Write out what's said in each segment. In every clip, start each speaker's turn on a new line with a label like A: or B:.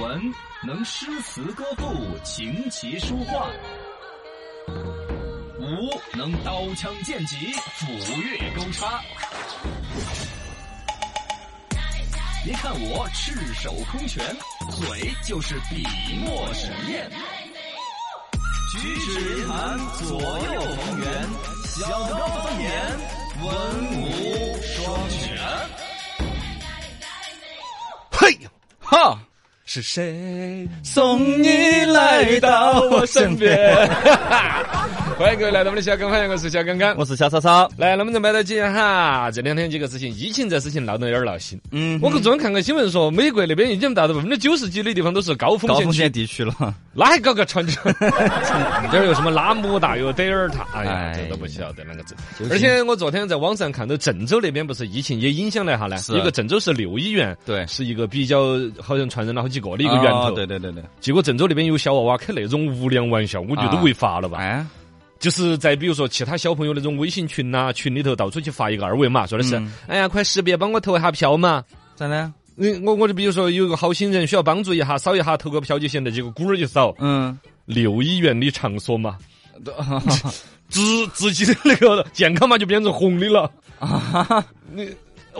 A: 文，能诗词歌赋、琴棋书画；武能刀枪剑戟、斧钺钩叉。别看我赤手空拳，嘴就是笔墨神验。举止言谈左右逢源，小高方言，文武双全。
B: 嘿呀，
C: 哈，
B: 是谁？
C: 送你来到我 身边。 欢迎各位来到我们的小刚，欢迎我是小刚刚。
B: 我是小超超。
C: 来，那么再摆到几哈，这两天几个事情，疫情这事情闹得有点闹心。
B: 嗯
C: 我昨天看个新闻说，美国那边已经达到百分之九十几的地方都是高风
B: 高
C: 险
B: 风
C: 区，
B: 险地区了，
C: 那还搞个长 城？这儿有什么拉姆达，有德尔塔，哎呀
B: 哎，
C: 这都不晓得啷个整。
B: 是
C: 而且我昨天在网上看到郑州那边不是疫情也影响了一下呢，
B: 是
C: 一个郑州市六医院。
B: 对，
C: 是一个比较好像传染了好几个的一个源头，
B: 哦对对对对，
C: 结果郑州那边有小娃娃开那种无良玩笑，我觉
B: 啊
C: 得违法了吧？
B: 哎，
C: 就是在比如说其他小朋友那种微信群呐、群里头到处去发一个二维码，说的是，
B: 嗯
C: 哎呀，快识别帮我投一下票嘛。
B: 咋了？
C: 嗯，我我这比如说有个好心人需要帮助一下，扫一下投个票就行了。结果咕儿一扫，
B: 嗯，
C: 六医院的场所嘛， 自自己的那个健康码就变成红 的了。你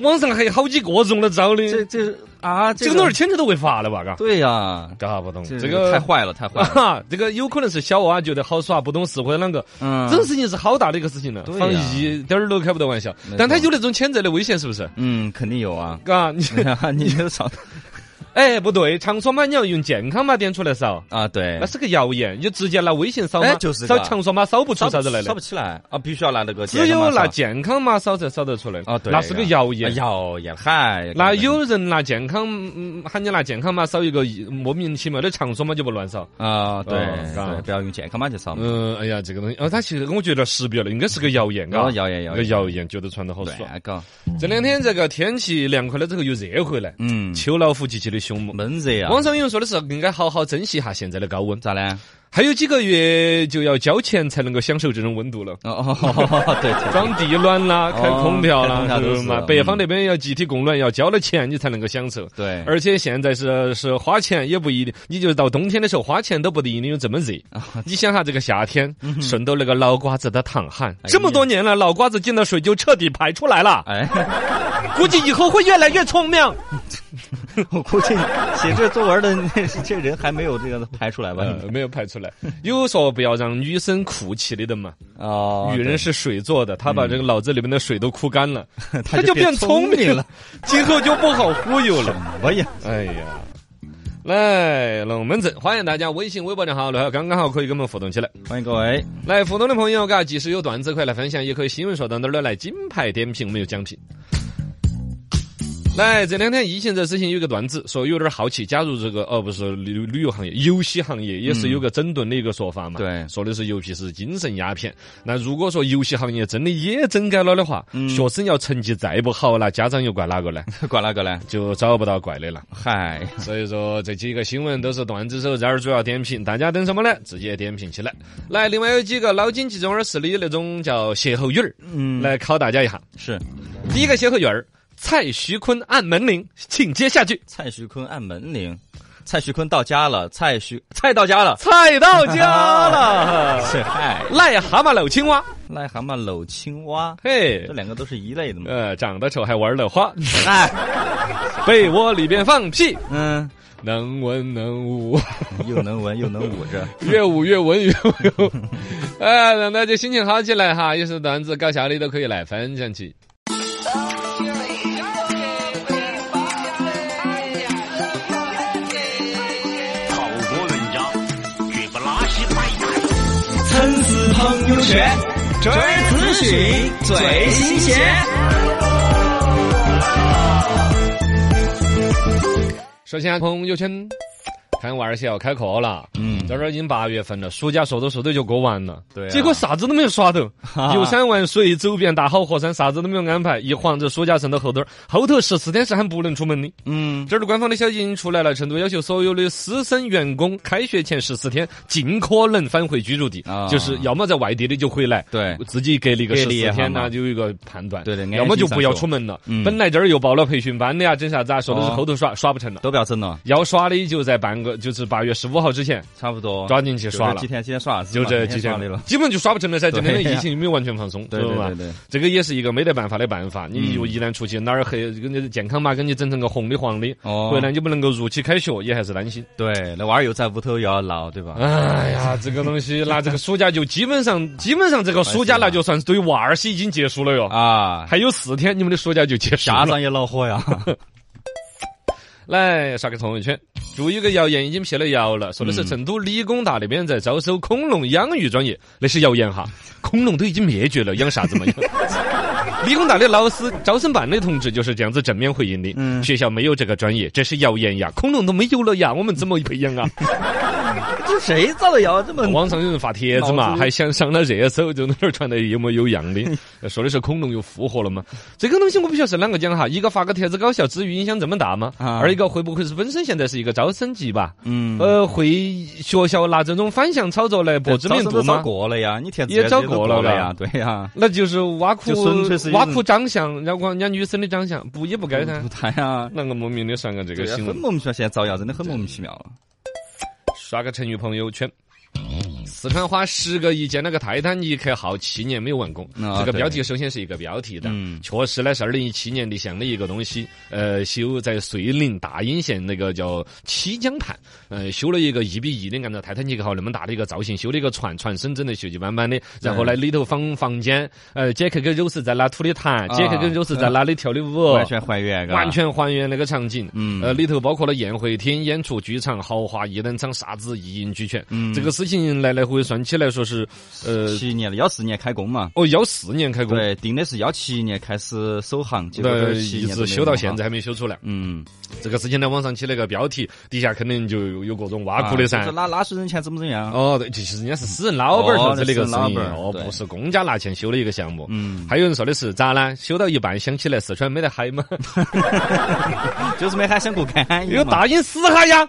C: 网上还有好几个中了招的，
B: 这这啊，
C: 这个东西牵扯都违法了吧？嘎，
B: 对呀，
C: 嘎不懂
B: 这
C: 这个
B: 太坏了，太 坏了。
C: 啊，这个有可能是小娃娃觉得好耍，不懂事或者啷个。
B: 嗯，
C: 这种事情是好大的一个事情了，
B: 对呀
C: 放一点儿都开不得玩笑
B: 没错。
C: 但它有那种潜在的危险，是不是？
B: 嗯，肯定有啊。
C: 啊，你
B: 你就少
C: 哎不对，场所嘛，你要用健康码点出来扫，
B: 啊，对
C: 那，是个谣言，你就直接拿微信扫
B: 哎
C: 嘛，
B: 就是
C: 扫
B: 个
C: 场所码扫不出啥子来
B: 烧
C: 的
B: 不，起来啊，必须要拿那个
C: 只
B: 健康码
C: 有
B: 扫，
C: 拿健康码扫才扫得出来
B: 啊对
C: 那是个谣言。
B: 谣言，嗨，
C: 那有人拿健康嗯喊你拿健康码扫一个莫名其妙的场所嘛，就不乱扫。
B: 啊，对
C: 哦嘎
B: 对，不要用健康码去扫嘛。
C: 嗯，哎呀，这个东西，哦，它其实我觉得识别了，应该是个谣言，
B: 然
C: 嘎
B: 后，哦谣言谣
C: 个
B: 言，
C: 谣言，觉得传得好爽。
B: 对，啊嘎，
C: 这两天这个天气凉快了之后又热回来，
B: 嗯，
C: 秋老虎极其的凶猛。
B: 闷热呀，啊
C: 网上有人说的是应该好好珍惜一下现在的高温，
B: 咋呢？
C: 还有几个月就要交钱才能够享受这种温度了。
B: 哦哦， 对对，
C: 装地暖啦，开空调啦，
B: 哦开空调都
C: 是
B: 是
C: 不嘛？
B: 嗯
C: 北方那边要集体供暖，要交了钱你才能够享受。
B: 对，
C: 而且现在是是花钱也不一定，你就到冬天的时候花钱都不一定有这么热。
B: 啊
C: 你想哈，这个夏天顺到那个脑瓜子的淌汗，
B: 呀
C: 这么多年了，脑瓜子进了水就彻底排出来了，
B: 哎，
C: 估计以后会越来越聪明。
B: 我估计写这作文的那这人还没有这个排出来吧？
C: 呃，没有排出来。有说不要让女生哭泣的的嘛，
B: 哦，
C: 女人是水做的，她把这个脑子里面的水都哭干了，
B: 她
C: 嗯 她
B: 就
C: 就
B: 变
C: 变聪
B: 聪明
C: 明了，今后就不好忽悠了。
B: 哎呀，
C: 哎呀，来龙门阵，欢迎大家微信、微博账号，然后刚刚好可以跟我们互动起来。
B: 欢迎各位，
C: 来互动的朋友，嘎，即使有段子快来分享，也可以新闻说到哪儿了来金牌点评，我们有奖品。来，这两天疫情这事情有一个段子，说有点好奇，加入这个哦，不是旅旅游行业，游戏行业也是有个整顿的一个说法嘛。
B: 对
C: 说的是尤其是精神鸦片。那如果说游戏行业真的也整改了的话，学生要成绩再不好那家长又怪哪个呢？
B: 管哪个呢？
C: 就找不到怪的了。
B: 嗨，
C: 所以说这几个新闻都是段子手在这儿主要点评，大家等什么呢？直接点评起来。来，另外有几个脑筋急转弯式的那种叫歇后语儿，
B: 嗯，
C: 来考大家一下。
B: 是
C: 第一个歇后语儿：蔡徐坤按门铃，请接下句。
B: 蔡徐坤按门铃，蔡徐坤到家了，蔡徐蔡到家了，
C: 菜到家 了，
B: 是嗨，
C: 癞蛤蟆搂青蛙，
B: 癞蛤蟆搂青蛙，
C: 嘿
B: 这。两个都是一类的 嘛？
C: 呃，长得丑还玩了花，
B: 哎，
C: 被窝里边放屁，
B: 嗯，
C: 能文能武，
B: 又能文又能武着，
C: 越舞越文 越武。哎，让大家心情好起来哈，有什么段子搞笑的都可以来分享起。
D: 好国文章，绝不拉稀败家。
B: 粉丝朋友圈，追资讯最新鲜。
C: 首先，朋友圈看娃儿些要开课了，
B: 嗯
C: 这会儿已经八月份了，暑假说着说着就过完了，啊
B: 对啊
C: 结 果啥子都没有耍头，游山玩水，走遍大好河山，啥子都没有安排。一晃这暑假剩到后头儿，后头十四天是喊不能出门的。
B: 嗯，
C: 这儿的官方的消息已经出来了，成都要求所有的师生员工开学前十四天尽可能返回居住地，
B: 啊
C: 就是要么在外地的就回来，
B: 对
C: 自己隔离个
B: 隔
C: 十
B: 离一
C: 四
B: 下
C: 天
B: 嘛
C: 呢，就有一个判断，
B: 对的
C: 要么就不要出门了。
B: 嗯
C: 本来这儿又报了培训班的呀，整啥子啊，说的是
B: 哦
C: 后头耍耍不成了。
B: 都不要整了，
C: 要耍的就在半个，就是八月十五号之前
B: 差不多
C: 抓紧
B: 就
C: 去耍
B: 这
C: 了
B: 几。天今天耍啥子
C: 就
B: 嘛？
C: 这
B: 今
C: 几
B: 啊天耍
C: 天
B: 的了，
C: 基本就耍不成了噻。这边的
B: 对呀
C: 疫情没有完全放松，
B: 对
C: 知道
B: 对
C: 吧
B: 对？对，
C: 这个也是一个没得办法的办法。你又一旦出去哪儿黑，跟你健康码给你整成个红的黄的，
B: 哦
C: 回来你不能够如期开学，也还是担心。
B: 对，那娃儿又在屋头又要闹，对吧？
C: 哎呀，这个东西，那这个暑假就基本上，基本上这个暑假那就算是对娃儿些已经结束了哟。
B: 啊，
C: 还有四天，你们的暑假就结束
B: 家
C: 了。
B: 长也恼火 呀，
C: 来刷个朋友圈，注意一个谣言已经辟了谣了，说的是成都理工大那边在招收恐龙养育专业，那是谣言哈，恐龙都已经灭绝了，养啥子嘛？理工大的老师、招生办的同志就是这样子正面回应的，
B: 嗯
C: 学校没有这个专业，这是谣言呀，恐龙都没有了呀，我们怎么培养啊？
B: 这谁造的谣这么
C: 网上有人发帖子
B: 脑
C: 嘛，
B: 子
C: 还想上了热搜，就那儿传的有模有样的， 说的是恐龙又复活了嘛？这个东西我不晓得是啷个讲哈，一个发个帖子搞笑之余影响这么大吗？
B: 啊
C: 二一个会不会是本身现在是一个招生季吧？
B: 嗯
C: 呃，会学校拿这种反向炒作来博知名度
B: 早
C: 吗？
B: 过了呀，你填
C: 也
B: 招
C: 找过了
B: 了
C: 吧
B: 呀，对呀，
C: 那就是挖苦
B: 就纯粹是一种
C: 挖苦长相，然后人家女生的长相不也不该噻
B: 嗯不，谈呀，
C: 啷个莫名的上个这个
B: 对呀
C: 新
B: 很
C: 闻？
B: 莫名其妙，现在造谣真的很莫名其妙了。
C: 刷个成语朋友圈。四川花十个亿建那个泰坦尼克号，七年没有完工。
B: 啊
C: 这个标
B: 对
C: 题首先是一个标题的
B: 嗯，
C: 确实呢是二零一七年立项的一个东西。呃，修在遂宁大阴县那个叫七江畔，呃，修了一个一比一的，按照泰坦尼克号那么大的一个造型修了一个船，船身整的锈迹斑斑的。然后呢，里头放房间，呃，杰克跟 Rose 在那吐的痰，
B: 啊
C: 杰克跟 Rose 在那里跳的舞，
B: 完全还原，嘎
C: 完全还原那个场景。
B: 嗯
C: 呃，里头包括了宴会厅、演出剧场、豪华一等舱，啥子一应俱全。
B: 嗯
C: 这个事情来来回回算起来说是，呃，
B: 七年了，幺四年开工嘛。
C: 哦，要四年开工，
B: 对，定的是幺七年开始首航，结果
C: 呃，
B: 这七
C: 一
B: 年
C: 直
B: 都没
C: 修到
B: 弄
C: 现
B: 好。
C: 在还没修出来。
B: 嗯，
C: 这个事情呢，网上起了个标题，底下肯定就有有各种挖苦的
B: 啊
C: 噻
B: 就是。拿纳税人钱怎么怎么样？
C: 哦，对，其实人家是私人老板儿投资的一个
B: 哦
C: 生
B: 私
C: 意，
B: 人老板儿
C: 哦，
B: 对
C: 不是公家拿钱修的一个项目。
B: 嗯，
C: 还有人说的是咋呢？修到一半想起来四川没 得海吗？
B: 就是没喊想过干瘾
C: 有
B: 嘛。
C: 大隐死海呀！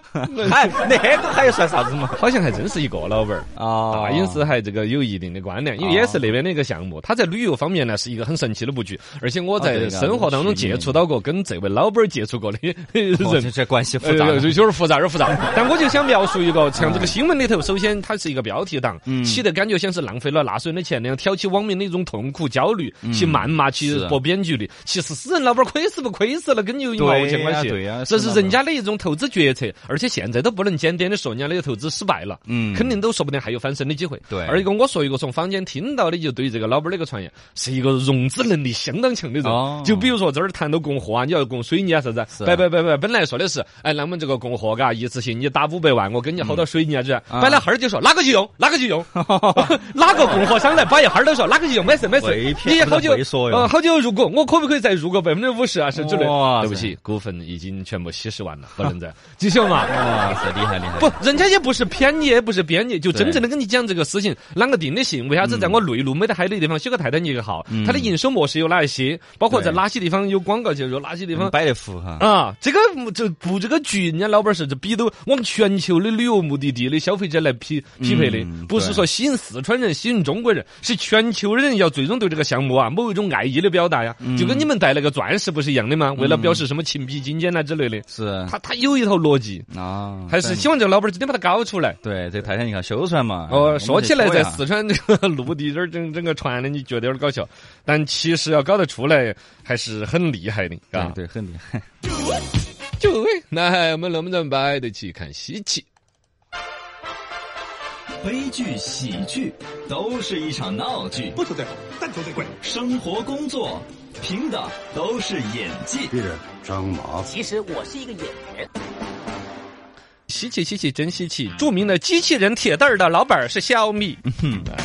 B: 嗨，那个还要算啥子 嘛？
C: 好像还真是一个老板儿。
B: 啊
C: 大影视还这个有一定的关联，因为也是那边的一个项目。他在旅游方面呢是一个很神奇的布局，而且我
B: 哦对
C: 在
B: 的
C: 生活当中接触到过跟这位老板儿接触过的
B: 哦这
C: 人。
B: 这关系复
C: 呃，
B: 杂了
C: 有。点复杂，有点复杂。 但我就想描述一个，像这个新闻里头，首先它是一个标题党，
B: 嗯
C: 起的感觉像是浪费了纳税人的钱那样，挑起网民的一种痛苦、焦虑，去谩骂、去
B: 嗯是啊
C: 博编剧的。其实私人老板儿亏死不亏死了，跟你有一毛
B: 对
C: 钱关
B: 呀
C: 系？
B: 对呀
C: 这
B: 私人老
C: 是
B: 板
C: 人家的一种投资决策，而且现在都不能简单的说人家的投资失败了。
B: 嗯
C: 肯定都说不定还有翻身的机会。
B: 对
C: 而一个我说一个从坊间听到的，就对于这个老板儿那个传言，是一个融资能力相当强的人。
B: 哦
C: 就比如说这儿谈到供货啊，你要供水泥啊啥子啊，
B: 是
C: 摆摆摆摆，本来说的是，哎，那我们这个供货嘎，一次性你打五百万，我给你好多水泥啊，这样
B: 啊
C: 摆了哈儿就说哪个去用，哪个去 用，哪个供货商来摆一哈儿都说哪个去用，没事没
B: 会
C: 事，
B: 骗
C: 你也
B: 不得
C: 好久
B: 会说哟
C: 呃好久入股，我可不可以再入个百分之五十啊，是之类的
B: 哇。
C: 对不起，股份已经全部稀释完了，不能再 啊继续嘛。
B: 哇塞，哦厉害厉害！
C: 哎不，人家也不是骗你，也不是编你，就真
B: 对
C: 正的跟你讲这个事情，啷个定的性？为啥子在我内陆没得海的地方修个泰坦尼克号？它的营收模式有哪一些？包括在
B: 嗯对嗯
C: 哪些地方有广告介入？哪些地方？
B: 摆得服哈。
C: 啊，这个这布这个局，人家老板是这比都往全球的旅游目的地的消费者来匹匹配的
B: 嗯，
C: 不是
B: 对
C: 说吸引四川人、吸引中国人，是全球人要最终对这个项目啊某一种爱意的表达呀，
B: 嗯
C: 就跟你们戴那个钻石不是一样的吗？为了表示什么情比金坚啊呐之类的，
B: 是
C: 他他有一套逻辑，
B: 啊，
C: 嗯还是
B: 对
C: 希望这个老板儿今天把它搞出来。
B: 对这泰坦尼克修船嘛。
E: 哎
C: 哦，说起来，在
B: 是
C: 四川这个陆地这儿整整个船呢，你觉得有点搞笑，但其实要搞得出来还是很厉害的，
B: 对
C: 啊。
B: 对，很厉害。
C: 就位，那我们能不能摆得起看稀奇？
A: 悲剧、喜剧都是一场闹剧，
F: 不求最好，但求最贵。
A: 生活、工作凭的都是演技。
F: 鄙人张麻子，
E: 其实我是一个演员。
C: 稀奇稀奇真稀奇！著名的机器人铁蛋儿的老板儿是小米，啊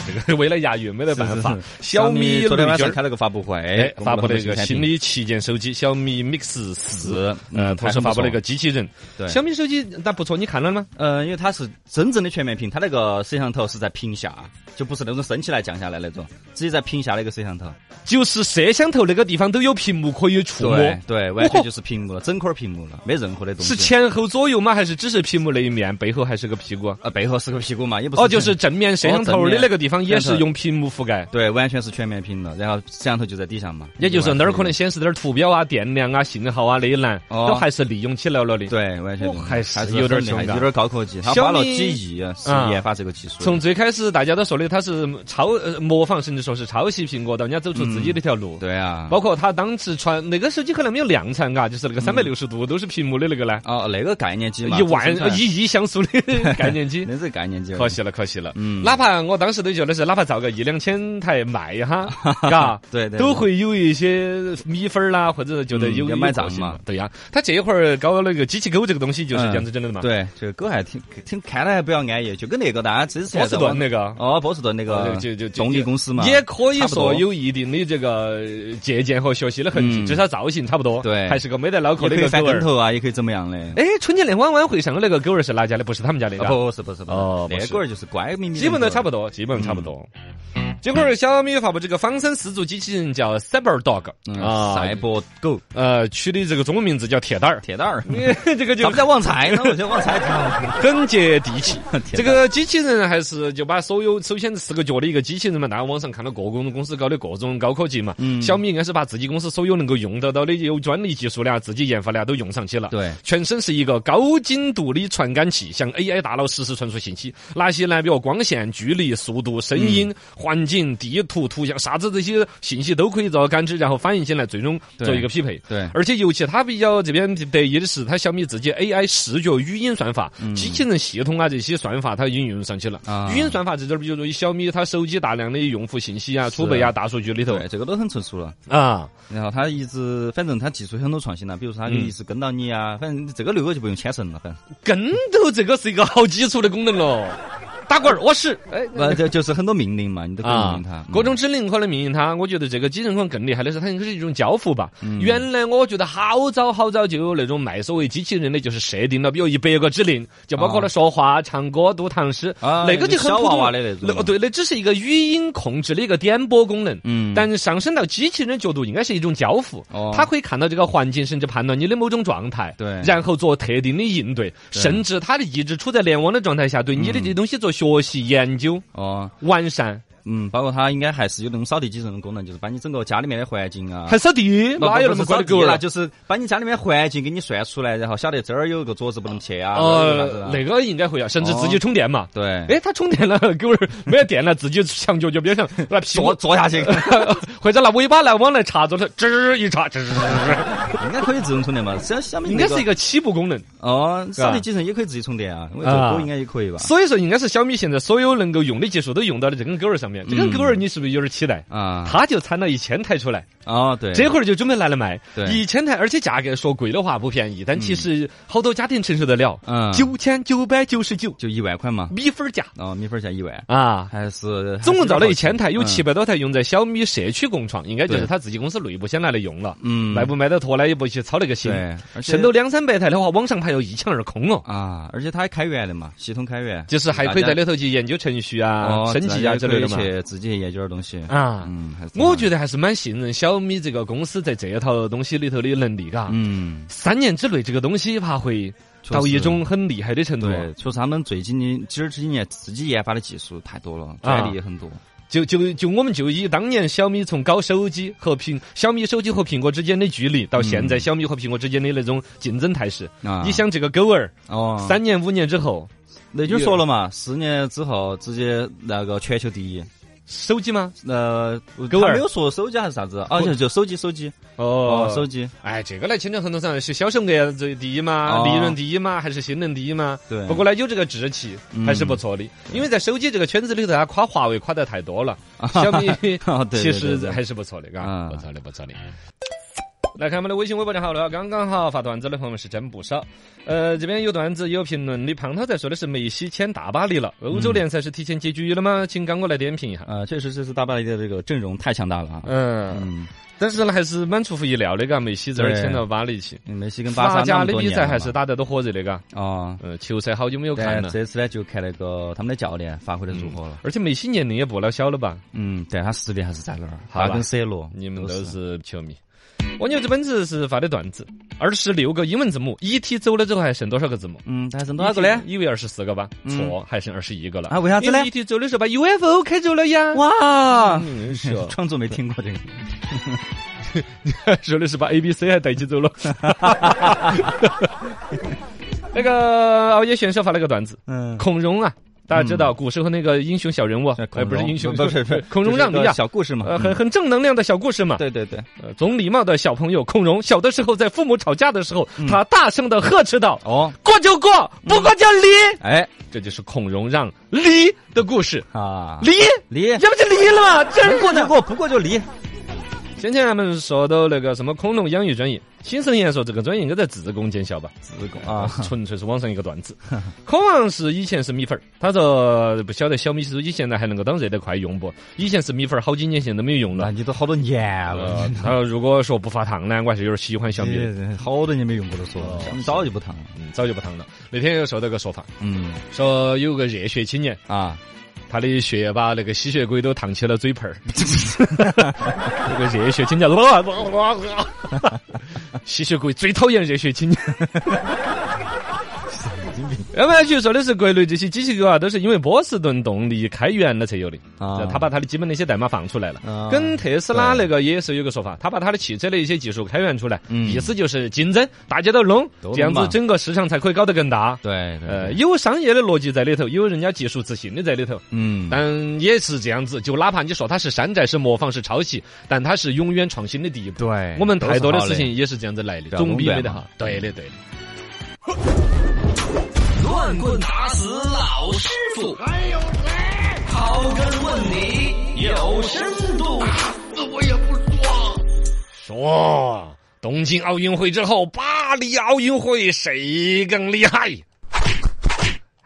C: 这个为了押韵没得办法
E: 嗯是。
C: 小米
E: 昨天
C: 雷
E: 晚
C: 军
E: 上
C: 儿
E: 开了个发布会，
C: 哎，
E: 公布
C: 发布
E: 了
C: 了一
E: 新
C: 个
E: 产
C: 新
E: 品
C: 的旗舰手机小米 Mix 四，
E: 嗯
C: 呃，同时发布了一
E: 还很不
C: 个
E: 错
C: 机器人。
E: 对
C: 小米手机那不错，你看了吗？
E: 呃，因为它是真正的全面屏，它那个摄像头是在屏下，就不是那种升起来降下来那种，直接在屏下那个摄像头。
C: 就是摄像头那个地方都有屏幕可以触摸。
E: 对对，完全
C: 哦
E: 就是屏幕了，整块儿屏幕了，没任何的东西。
C: 是前后左右吗？还是只是屏幕那一面，背后还是个屁股啊？
E: 呃背后是个屁股嘛，也不是
C: 哦，就是正面摄像头的那个地方也是用屏幕覆盖。
E: 对，完全是全面屏了，然后摄像头就在底下嘛，
C: 也就是哪儿可能
E: 完全
C: 显示点儿图标啊、电量啊、信号啊那一栏，
E: 哦
C: 都还是利用起来了的。
E: 对完全
C: 我哦还是
E: 是
C: 有点儿
E: 很厉害
C: 穷的
E: 有点儿高科技，他
C: 小
E: 花了
C: 米
E: 几亿啊是
C: 啊
E: 研发这个技术的。
C: 从最开始大家都说的它是抄呃模仿，甚至说是抄袭苹果的，人家走出自己的一条路。
E: 对啊，
C: 包括它当时传那个手机可能没有量产，嘎，就是那个三百六十度都是屏幕的那个呢，
E: 哦嗯那个概念机嘛，
C: 一万
E: 这个生产
C: 一亿像素的 概念机
E: 那。是概念机，
C: 可惜了，可惜了。
E: 嗯
C: 哪怕我当时都觉得是，哪怕造个一两千台卖一 哈，嘎，
E: 对对
C: 都会有一些米粉儿啦，或者觉得有
E: 嗯要买账嘛。嗯
C: 对呀，他这一会儿搞了一个机器狗这个东西，就是这样子整的嘛。，
E: 对，这个狗还挺挺看了还比较安逸，就跟那个大家之前
C: 波士
E: 在网
C: 顿那个。
E: 哦，波士顿那
C: 呃
E: 个
C: 就就就
E: 动力公司嘛，
C: 也可以
E: 差不多
C: 说有一定的这个呃借鉴和学习的痕迹，
E: 嗯
C: 至少造型差不多。
E: 对
C: 还是个没得脑壳
E: 也
C: 的
E: 可
C: 一
E: 以
C: 个
E: 翻
C: 狗
E: 跟
C: 儿。
E: 头啊，也可以怎么样的。
C: 哎，春节联欢晚会上的那个狗儿是哪家的？不是他们家的。
E: 啊，
C: 嘎
E: 不是不是不是
C: 哦，不
E: 那
C: 是
E: 个儿就是乖咪咪的，
C: 基本都差不
E: 多。
C: 多，基本差不多。这会儿小米发布这个仿生四足机器人叫 CyberDog
E: 嗯，
C: 啊
E: 赛，博狗
C: 呃，取的这个中文名字叫铁蛋儿，
E: 铁蛋儿，
C: 这个
E: 他
C: 就
E: 们在旺财呢，我觉得旺财挺好。
C: 很接地气。这
E: 这个
C: 个机器人还是就把所有首先是四个脚的一个机器人嘛，大家网上看到各种公司搞的各种高科技嘛，
E: 嗯
C: 小米应该是把自己公司所有能够用得到的有专利技术的啊，自己研发的啊都用上去了。
E: 对
C: 全身是一个高精度的传感器，向 AI 大脑实时传输信息。哪些呢？比如光线、距离、速度、声
E: 嗯
C: 音、环境、地图、图像，啥子这些信息都可以做感知，然后反映进来，最终做一个匹配。
E: 对
C: 而且尤其它比较这边得意的是，它小米自己 AI 视觉语音算法、机器人系统啊这些算法，它已经运用上去了。
E: 嗯啊
C: 语音算法这点儿，比如说小米它手机大量的用户信息啊、储备啊、大数据里头
E: 对，这个都很成熟了。
C: 啊。
E: 然后他一直，反正他技术很多创新啊了，比如说他就
C: 嗯
E: 一直跟到你啊，反正这个六个就不用牵绳了，反正
C: 跟头这个是一个好基础的功能咯。打滚儿，我是哎，
E: 呃，这就是很多命令嘛，你都可以命令他。嗯
C: 啊各种指令可能命令它。我觉得这个机器人可能更厉害的是，它应该是一种交付吧。
E: 嗯
C: 原来我觉得好早好早就有那种卖所谓机器人的，就是设定了，比如一百个指令，就包括了说话、唱歌、读唐诗，
E: 啊
C: 那个就很
E: 小
C: 普
E: 娃
C: 通
E: 娃的那种
C: 哦对，那只是一个语音控制的一个点播功能。
E: 嗯
C: 但上升到机器人的角度，应该是一种交付
E: 哦。
C: 它可以看到这个环境，甚至判断你的某种状态，
E: 对
C: 然后做特定的应对，甚至它的一直处在联网的状态下，对
E: 嗯
C: 你的这东西做学习、研究、
E: 哦，
C: 完善。
E: 嗯，包括它应该还是有那种扫地机器人的功能，就是把你整个家里面的环境啊，
C: 还扫地，哪有那么乖的狗
E: 啦？
C: 儿？
E: 就是把你家里面环境给你算出来，然后晓得这儿有个桌子不能去啊，那儿有个啥子
C: 呃
E: 啊，
C: 那个应该会啊，甚至自己充电嘛。
E: 对，
C: 哎，它充电了， 狗儿没得电了，自己墙角就边上那屁股
E: 坐，坐下去，
C: 或者拿尾巴来往来插着它，吱一插，吱，
E: 应该可以自动充电吧？相相比
C: 应
E: 那
C: 该是一个起步功能。
E: 哦，扫地机器人也可以自己充电啊，我觉得狗应该也可以吧？
C: 所以说，应该是小米现在所有能够用的技术都用到了这根狗儿上面。这根狗儿，你是不是有点期待？
E: 嗯啊，
C: 它就产了一千台出来，
E: 哦，对，
C: 这会儿就准备拿来卖
E: 对，
C: 一千台，而且价格说贵的话不便宜，但其实好多家庭承受得了
E: 嗯，
C: 九千九百九十九
E: 就一万块嘛，
C: 米粉儿价
E: 哦，米粉儿才一万，
C: 啊，
E: 还是
C: 总共造了一千台，有七
E: 百，
C: 百多台用在小米社区共创，应该就是
E: 对
C: 他自己公司内部先拿来用了，
E: 嗯，
C: 卖不卖得脱呢也不去操那个心。
E: 对，而且
C: 剩到两三百台的话，网上还要一抢而空哦。
E: 啊，而且它还开源的嘛，系统开源，
C: 就是还可以在
E: 大家
C: 里头去研究程序啊、
E: 哦
C: 升级啊之类的嘛
E: 可以。去自己研究点东西
C: 啊，
E: 嗯，还是
C: 我
E: 得
C: 觉得还是蛮信任小米这个公司在这一套东西里头的能力，嘎。
E: 嗯。
C: 三年之内，这个东西怕会到一种很厉害的程度。
E: 对，确实他们最近的今儿这几年自己研发的技术太多
C: 啊
E: 了，专利也很多。
C: 就就就我们就以当年小米从搞手机和苹小米手机和苹果之间的距离，到现在小米和苹果之间的那种竞争态势，
E: 嗯啊
C: 你想这个狗儿，
E: 哦，
C: 三年五年之后，
E: 那就说了嘛，十年之后直接那个全球第一。
C: 手机吗？
E: 呃，
C: 狗
E: 他
C: 儿
E: 没有说手机还是啥子，哦，就就手机手机哦，手机
C: 哎，这个来牵扯很多上是销售额最第一吗？
E: 哦
C: 利润第一吗？还是性能第一吗？
E: 对
C: 不过呢，有这个志气
E: 嗯
C: 还是不错的，因为在手机这个圈子里头，他夸华为夸的 太多了，小米
E: 啊哦对对对
C: 其实
E: 对
C: 还是不错的，嘎，
E: 啊
C: 不错的，不错的。来看我们的微信、微博账号了，刚刚好发段子的朋友们是真不少。呃，这边有段子，有评论李胖涛在说的是梅西签大巴黎了，欧洲联赛是提前结局了吗？请刚哥来点评一下。
E: 呃，确实这次大巴黎的这个阵容太强大了啊。
C: 嗯，
E: 嗯，
C: 但是呢，还是蛮出乎意料的，嘎，梅西这儿
E: 对
C: 签到巴黎去。
E: 梅西跟巴
C: 法
E: 萨
C: 甲
E: 那
C: 呃的
E: 么多
C: 比
E: 年
C: 赛
E: 了
C: 还是
E: 嘛
C: 打得多火热的，嘎。
E: 哦。
C: 呃，球赛好久没有看
E: 但
C: 了。
E: 这次呢，就看那个他们的教练发挥的如何了。
C: 而且梅西年龄也不老小了吧？
E: 嗯，但他实力还是在那儿。
C: 好吧
E: 他跟 C 罗，
C: 你们都
E: 都
C: 是球迷。蜗牛这本子是发的段子，二十六个英文字母，ET 走了之后还剩多少个字母？
E: 嗯，但还剩多少个呢？嗯
C: 以为二十四个吧？错，还剩二十一个了。
E: 啊为啥子呢
C: 因？ET 走的时候把 UFO 开走了呀。
E: 哇，
C: 嗯是哦
E: 创作没听过这个。
C: 说的是把 A、B、C 还带起走了。 那个熬夜选手发了个段子，
E: 嗯，
C: 孔融啊，大家知道古时候那个英雄小人物，哎，不是英 雄，
E: 不是不是
C: 孔融让梨
E: 就是
C: 啊
E: 个。小故事嘛。
C: 呃，很
E: 嗯
C: 很正能量的小故事嘛。
E: 对对对，
C: 呃，总礼貌的小朋友孔融，小的时候在父母吵架的时候，他大声的呵斥道：“
E: 哦，
C: 过就过，不过就离。
E: 哎
C: 这就是孔融让梨的故事，
E: 啊，
C: 梨，
E: 离
C: 这不就离了吗？真
E: 不过就过，不过就离。
C: 先前他们说到那个什么恐龙养育专业，新成研说这个专业应该在自贡建校吧？自贡
E: 啊
C: 纯粹是网上一个段 子。孔王是以前是米粉儿，他说不晓得小米稀以前呢还能够当热得快用不？以前是米粉儿，好几年前都没有用
E: 那
C: 了。
E: 你都好多年了
C: 呃，，他说如果说不发糖呢，我还是有点喜欢小米哦的，
E: 你好多年没用过了，说小米早就不烫了。
C: 嗯早就不糖了。那天又说到一个说法，
E: 嗯
C: 说有个热血青年，
E: 啊，
C: 他的血把那个吸血鬼都烫起了嘴盆儿，那个热血青年， 吸血鬼最讨厌热血青年。要不然就说的是国内这些机器狗啊，都是因为波士顿动力开源了才有的。
E: 啊
C: 他把他的基本的一些代码放出来了，
E: 啊
C: 跟特斯拉那个也是有个说法，他把他的汽车的一些技术开源出来，
E: 嗯
C: 意思就是竞争，大家都弄，
E: 都弄
C: 这样子
E: 嘛
C: 整个市场才可以搞得更大。
E: 对对
C: 呃，
E: 对，
C: 有商业的逻辑在里头，有人家技术自信的在里头。
E: 嗯，
C: 但也是这样子，就哪怕你说它是山寨、是模仿、是抄袭，但它是永远创新的第一步。
E: 对
C: 我们太多的
E: 都是好
C: 事
E: 的
C: 情也是这样子来的，嗯
E: 不要
C: 总比
E: 垄
C: 没
E: 断
C: 得
E: 嘛
C: 好。对的，对的。
A: 乱棍打死老师傅，刨根问底有深度。
C: 说东京奥运会之后，巴黎奥运会谁更厉害？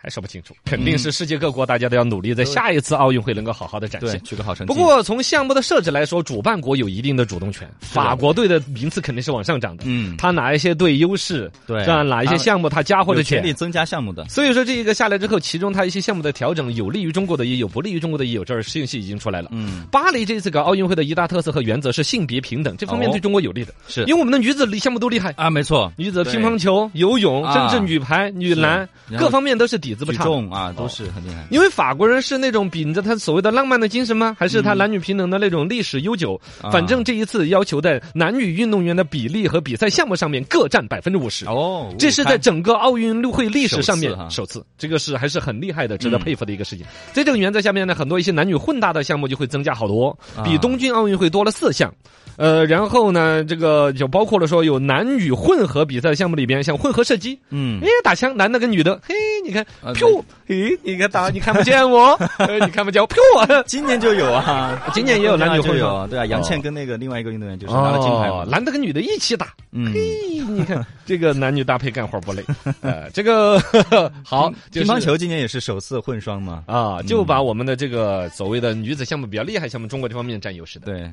C: 还说不清楚，肯定是世界各国大家都要努力，在下一次奥运会能够好好的展
E: 对，
C: 现。
E: 取个好成绩。
C: 不过从项目的设置来说，主办国有一定的主动权。法国队的名次肯定是往上涨的，
E: 嗯
C: 他哪一些队优势，
E: 对
C: 是吧？哪一些项目他加或者
E: 有权
C: 减
E: 利。增加项目的，
C: 所以说这一个下来之后，其中它一些项目的调整，有利于中国的也有，不利于中国的也有，这儿信息已经出来了。
E: 嗯，
C: 巴黎这次搞奥运会的一大特色和原则是性别平等，这方面
E: 哦
C: 对中国有利的，
E: 是
C: 因为我们的女子里项目都厉害。
E: 啊，没错，
C: 女子乒乓球、游泳，甚
E: 啊
C: 至女排、女篮，
E: 然后
C: 各方面都是底子不
E: 举
C: 差的。
E: 重啊都是很厉害。
C: 因为法国人是那种秉着他所谓的浪漫的精神吗？还是他男女平等的那种历史悠久？
E: 嗯啊
C: 反正这一次要求在男女运动员的比例和比赛项目上面各占百分之五十。
E: 哦
C: 这是在整个奥运会历史上面
E: 首次哈嗯
C: 首次，这个是还是很厉害的，值得佩服的一个事情。在这个原则下面呢，很多一些男女混搭的项目就会增加好多，比
E: 啊
C: 东京奥运会多了四项。呃，然后呢，这个就包括了说有男女混合比赛项目里边，像混合射击，
E: 嗯
C: 哎，打枪，男的跟女的，嘿，你看，
E: 啊
C: 噗，嘿，你看打，你看不见 我，呃你看不见我，噗，
E: 今年就有啊，
C: 今年也有男女
E: 就
C: 混
E: 有，
C: 合，
E: 对啊，杨倩跟那个另外一个运动员就是拿了金牌
C: 哦
E: 嘛，
C: 男的跟女的一起打，
E: 嗯，
C: 嘿， 你看这个男女搭配干活不累，呃，这个 好，就
E: 乒
C: 是
E: 乓球今年也是首次混双嘛，
C: 啊，
E: 嗯
C: 就把我们的这个所谓的女子项目比较厉害项目，中国这方面占优势的。
E: 对，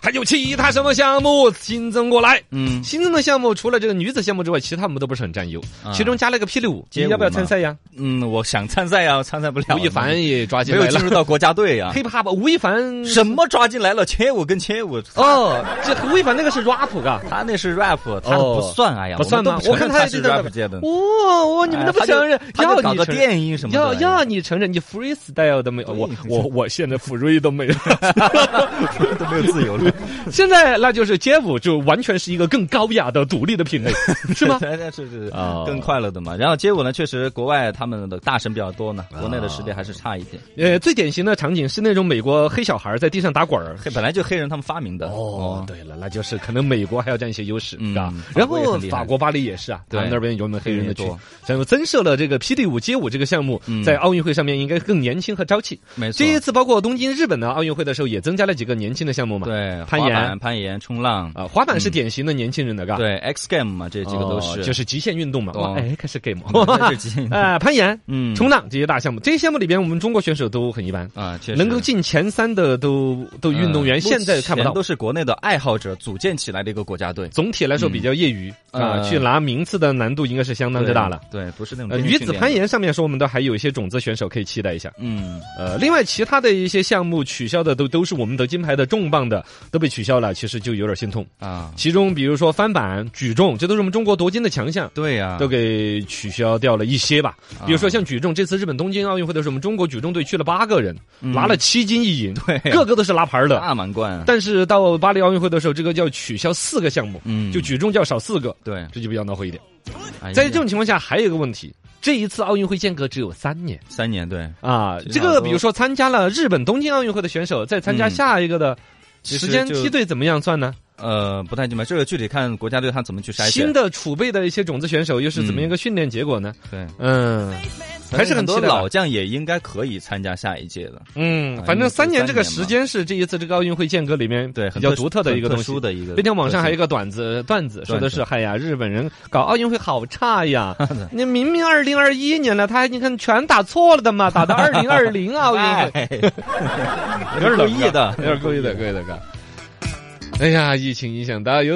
C: 还有其他什么项目新增过来？
E: 嗯，
C: 新增的项目除了这个女子项目之外，其他我们都不是很占优。
E: 啊
C: 其中加了一个霹雳舞，
E: 街
C: 你
E: 舞
C: 要不要
E: 嘛
C: 参赛呀？
E: 嗯，我想参赛啊，参赛不了。
C: 吴亦凡也抓进
E: 没有
C: 来
E: 进
C: 了
E: 入到国家队 呀、
C: ，hiphop 吴亦凡
E: 什么抓进来了？切舞跟切舞，
C: 哦，这吴亦凡那个是 rap 嘎。
E: 他那是 rap，他不算。哎呀，
C: 不算
E: 我
C: 吗
E: 们？都
C: 我
E: 承
C: 看他
E: 认他
C: 也
E: 是
C: 在那
E: rap 界的。
C: 哦，我你们都不
E: 哎
C: 承认，
E: 他就
C: 要
E: 他就搞
C: 你
E: 个
C: 承认。
E: 电音什么的。
C: 要
E: 哎
C: 要你承认，你 freestyle 都没有，
E: 对
C: 我我我现在 free 都没有。
E: 都没有自由了，
C: 现在那就是街舞，就完全是一个更高雅的独立的 品类，是 吗？
E: 对对哎是是
C: 哦
E: 更快乐的嘛。然后街舞呢，确实国外他们的大神比较多呢，
C: 啊
E: 国内的实力还是差一点。
C: 呃，最典型的场景是那种美国黑小孩在地上打滚儿。
E: 黑本来就黑人他们发明的
C: 哦，，对了，那就是可能美国还要占一些优势，
E: 嗯
C: 啊。
E: 法国
C: 然
E: 也很
C: 后
E: 厉害
C: 法国巴黎也是啊，他
E: 对
C: 们那边有我们黑人的区
E: 黑人也多，
C: 然后增设了这个霹雳舞街舞这个项目，
E: 嗯
C: 在奥运会上面应该更年轻和朝气。
E: 没错
C: 这一次包括东京、日本的奥运会的时候，也增加了几个年轻的项目嘛。
E: 对对，
C: 攀
E: 滑
C: 岩
E: 板攀岩、冲浪，
C: 啊，滑板是典型的年轻人的，嘎，，
E: 对 X Game 嘛，这几个都是，
C: 哦就是极限运动嘛，
E: 懂
C: 哇，哎，开始 game，
E: 这是极限 运动
C: 呃，攀岩、
E: 嗯
C: 冲浪这些大项目，这些项目里边我们中国选手都很一般，
E: 啊，确实
C: 能够进前三的都都运动员，
E: 呃
C: 现在看不
E: 目前
C: 到
E: 都。是国内的爱好者组建起来的一个国家队，
C: 总体来说比较业余
E: 嗯
C: 啊，
E: 呃
C: 去拿名次的难度应该是相当之大了。
E: 对，嗯对，不是那种
C: 呃，
E: 天天
C: 女
E: 训
C: 子
E: 练
C: 攀
E: 的，
C: 岩上面说，我们都还有一些种子选手可以期待一下。
E: 嗯，
C: 呃，另外其他的一些项目取消的都都是我们得金牌的重磅的都被取消了，其实就有点心痛。
E: 啊，
C: 其中比如说翻板、举重，这都是我们中国夺金的强项。
E: 对呀，
C: 都给取消掉了一些吧，
E: 啊
C: 比如说像举重，这次日本东京奥运会的时候，我们中国举重队去了八个人，拿了七金一银，
E: 嗯对啊
C: 个个都是拿牌儿的。
E: 大满贯，
C: 但是到巴黎奥运会的时候，这个要取消四个项目，
E: 嗯
C: 就举重就要少四个，
E: 对，
C: 这就比较恼火一点。
E: 哎呀
C: 在这种情况下，还有一个问题，这一次奥运会间隔只有三年
E: 三年对，
C: 啊，
E: 其
C: 这
E: 实好
C: 个
E: 多
C: 比如说参加了日本东京奥运会的选手，再参加
E: 嗯
C: 下一个的
E: 其实
C: 时间
E: 就
C: 梯队怎么样算呢？
E: 呃，不太明白，这个具体看国家队他怎么去筛选嗯
C: 新，的储备的一些种子选手又是怎么样一个训练结果呢？
E: 对，
C: 嗯，还是很期
E: 多
C: 待吧
E: 老将也应该可以参加下一届的，
C: 嗯，
E: 啊
C: 反
E: 因
C: 正
E: 为
C: 三
E: 是
C: 年
E: 三
C: 这个
E: 年
C: 时
E: 嘛
C: 间是这一次这个奥运会间隔里面
E: 对，
C: 比
E: 很
C: 较
E: 特
C: 独特的一个东
E: 很特
C: 西
E: 殊。的一个特色。
C: 那天网上还有一个段子，段子说的是，哎嗨呀，日本人搞奥运会好差 呀！你明明二零二一年了，他还你看全打错了的嘛，打到二零二零奥运 会，
E: 哎有点
C: 故
E: 冷
C: 意
E: 的
C: 哎有点故意的，故意的，哥。哎呀，疫情影响大哟。